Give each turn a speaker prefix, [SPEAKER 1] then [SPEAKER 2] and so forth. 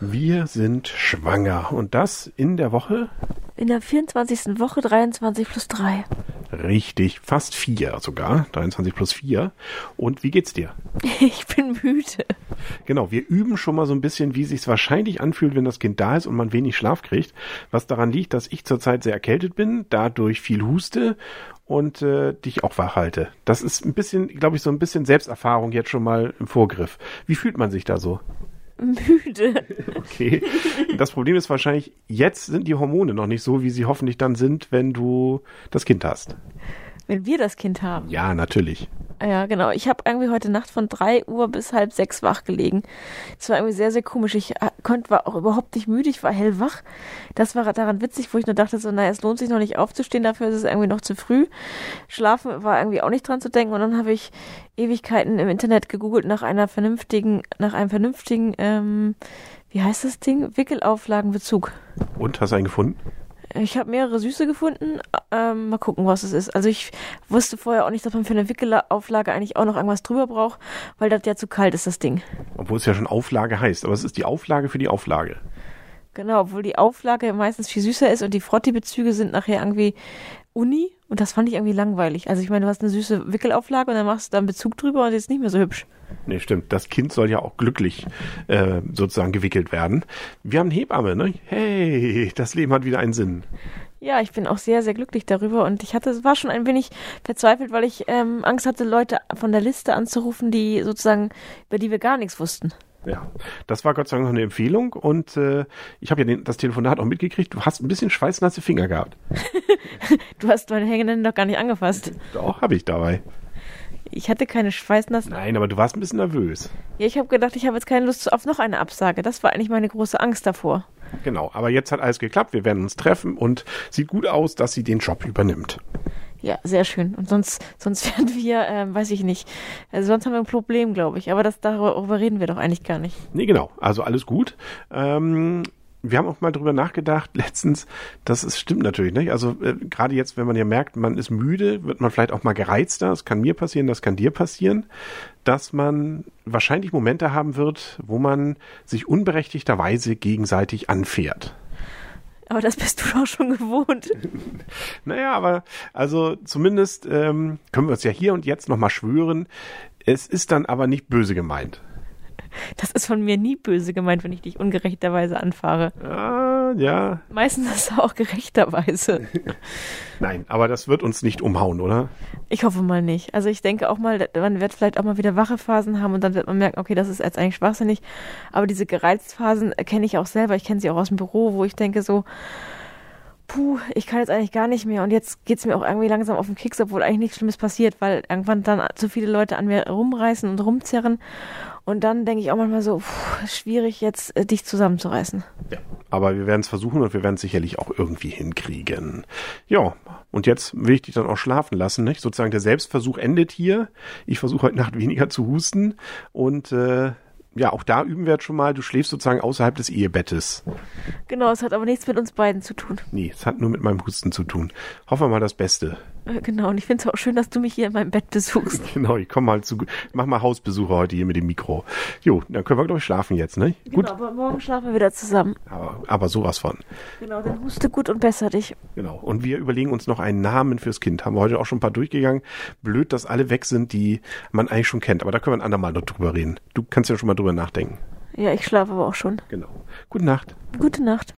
[SPEAKER 1] Wir sind schwanger und das in der Woche
[SPEAKER 2] In der 24. Woche 23 plus 3.
[SPEAKER 1] richtig, fast vier sogar, 23 plus vier. Und wie geht's dir?
[SPEAKER 2] Ich bin müde.
[SPEAKER 1] Genau, wir üben schon mal so ein bisschen, wie sich's wahrscheinlich anfühlt, wenn das Kind da ist und man wenig Schlaf kriegt. Was daran liegt, dass ich zurzeit sehr erkältet bin, dadurch viel huste und äh, dich auch wach halte. Das ist ein bisschen, glaube ich, so ein bisschen Selbsterfahrung jetzt schon mal im Vorgriff. Wie fühlt man sich da so?
[SPEAKER 2] Müde.
[SPEAKER 1] Okay. Das Problem ist wahrscheinlich, jetzt sind die Hormone noch nicht so, wie sie hoffentlich dann sind, wenn du das Kind hast.
[SPEAKER 2] Wenn wir das Kind haben.
[SPEAKER 1] Ja, natürlich.
[SPEAKER 2] Ah Ja, genau. Ich habe irgendwie heute Nacht von 3 Uhr bis halb sechs wach gelegen. Das war irgendwie sehr, sehr komisch. Ich äh, konnte, war auch überhaupt nicht müde. Ich war hellwach. Das war daran witzig, wo ich nur dachte, so, naja, es lohnt sich noch nicht aufzustehen. Dafür ist es irgendwie noch zu früh. Schlafen war irgendwie auch nicht dran zu denken. Und dann habe ich Ewigkeiten im Internet gegoogelt nach einer vernünftigen, nach einem vernünftigen, ähm, wie heißt das Ding? Wickelauflagenbezug.
[SPEAKER 1] Und hast du einen gefunden?
[SPEAKER 2] Ich habe mehrere Süße gefunden. Ähm, mal gucken, was es ist. Also ich wusste vorher auch nicht, dass man für eine Wickelauflage eigentlich auch noch irgendwas drüber braucht, weil das ja zu kalt ist, das Ding.
[SPEAKER 1] Obwohl es ja schon Auflage heißt, aber es ist die Auflage für die Auflage.
[SPEAKER 2] Genau, obwohl die Auflage meistens viel süßer ist und die Frotti-Bezüge sind nachher irgendwie Uni und das fand ich irgendwie langweilig. Also ich meine, du hast eine süße Wickelauflage und dann machst du da einen Bezug drüber und ist nicht mehr so hübsch.
[SPEAKER 1] Nee, stimmt. Das Kind soll ja auch glücklich äh, sozusagen gewickelt werden. Wir haben eine Hebamme, ne? Hey, das Leben hat wieder einen Sinn.
[SPEAKER 2] Ja, ich bin auch sehr, sehr glücklich darüber und ich hatte, es war schon ein wenig verzweifelt, weil ich ähm, Angst hatte, Leute von der Liste anzurufen, die sozusagen, über die wir gar nichts wussten.
[SPEAKER 1] Ja, das war Gott sei Dank noch eine Empfehlung und äh, ich habe ja den, das Telefonat auch mitgekriegt. Du hast ein bisschen schweißnasse Finger gehabt.
[SPEAKER 2] Du hast meine Hängenden doch gar nicht angefasst.
[SPEAKER 1] Doch, habe ich dabei.
[SPEAKER 2] Ich hatte keine schweißnassen.
[SPEAKER 1] Nein, aber du warst ein bisschen nervös.
[SPEAKER 2] Ja, ich habe gedacht, ich habe jetzt keine Lust auf noch eine Absage. Das war eigentlich meine große Angst davor.
[SPEAKER 1] Genau, aber jetzt hat alles geklappt. Wir werden uns treffen und sieht gut aus, dass sie den Job übernimmt.
[SPEAKER 2] Ja, sehr schön. Und sonst, sonst wären wir, ähm, weiß ich nicht. Also sonst haben wir ein Problem, glaube ich. Aber das, darüber reden wir doch eigentlich gar nicht.
[SPEAKER 1] Nee, genau. Also alles gut. Ähm, wir haben auch mal drüber nachgedacht letztens, das ist, stimmt natürlich nicht. Also äh, gerade jetzt, wenn man ja merkt, man ist müde, wird man vielleicht auch mal gereizter. Das kann mir passieren, das kann dir passieren, dass man wahrscheinlich Momente haben wird, wo man sich unberechtigterweise gegenseitig anfährt.
[SPEAKER 2] Aber das bist du doch schon gewohnt.
[SPEAKER 1] Naja, aber also zumindest ähm, können wir uns ja hier und jetzt nochmal schwören. Es ist dann aber nicht böse gemeint.
[SPEAKER 2] Das ist von mir nie böse gemeint, wenn ich dich ungerechterweise anfahre.
[SPEAKER 1] Ah, ja.
[SPEAKER 2] Meistens ist es auch gerechterweise.
[SPEAKER 1] Nein, aber das wird uns nicht umhauen, oder?
[SPEAKER 2] Ich hoffe mal nicht. Also ich denke auch mal, man wird vielleicht auch mal wieder wache Phasen haben und dann wird man merken, okay, das ist jetzt eigentlich schwachsinnig. Aber diese Gereiztphasen äh, kenne ich auch selber. Ich kenne sie auch aus dem Büro, wo ich denke so, puh, ich kann jetzt eigentlich gar nicht mehr. Und jetzt geht es mir auch irgendwie langsam auf den Keks, obwohl eigentlich nichts Schlimmes passiert, weil irgendwann dann zu viele Leute an mir rumreißen und rumzerren. Und dann denke ich auch manchmal so, puh, schwierig jetzt äh, dich zusammenzureißen.
[SPEAKER 1] Ja. Aber wir werden es versuchen und wir werden es sicherlich auch irgendwie hinkriegen. Ja, und jetzt will ich dich dann auch schlafen lassen. Nicht? Sozusagen der Selbstversuch endet hier. Ich versuche heute Nacht weniger zu husten. Und äh, ja, auch da üben wir jetzt schon mal. Du schläfst sozusagen außerhalb des Ehebettes.
[SPEAKER 2] Genau, es hat aber nichts mit uns beiden zu tun.
[SPEAKER 1] Nee, es hat nur mit meinem Husten zu tun. Hoffen wir mal das Beste.
[SPEAKER 2] Äh, Genau, und ich finde es auch schön, dass du mich hier in meinem Bett besuchst.
[SPEAKER 1] Genau, ich komme mal zu. Mach mal Hausbesuche heute hier mit dem Mikro. Jo, dann können wir, glaube ich, schlafen jetzt, ne?
[SPEAKER 2] Genau, aber morgen schlafen wir wieder zusammen.
[SPEAKER 1] Aber, aber sowas von.
[SPEAKER 2] Genau, dann huste gut und besser dich.
[SPEAKER 1] Genau. Und wir überlegen uns noch einen Namen fürs Kind. Haben wir heute auch schon ein paar durchgegangen. Blöd, dass alle weg sind, die man eigentlich schon kennt. Aber da können wir ein andermal noch drüber reden. Du kannst ja schon mal drüber nachdenken.
[SPEAKER 2] Ja, ich schlafe aber auch schon.
[SPEAKER 1] Genau. Gute Nacht.
[SPEAKER 2] Gute Nacht.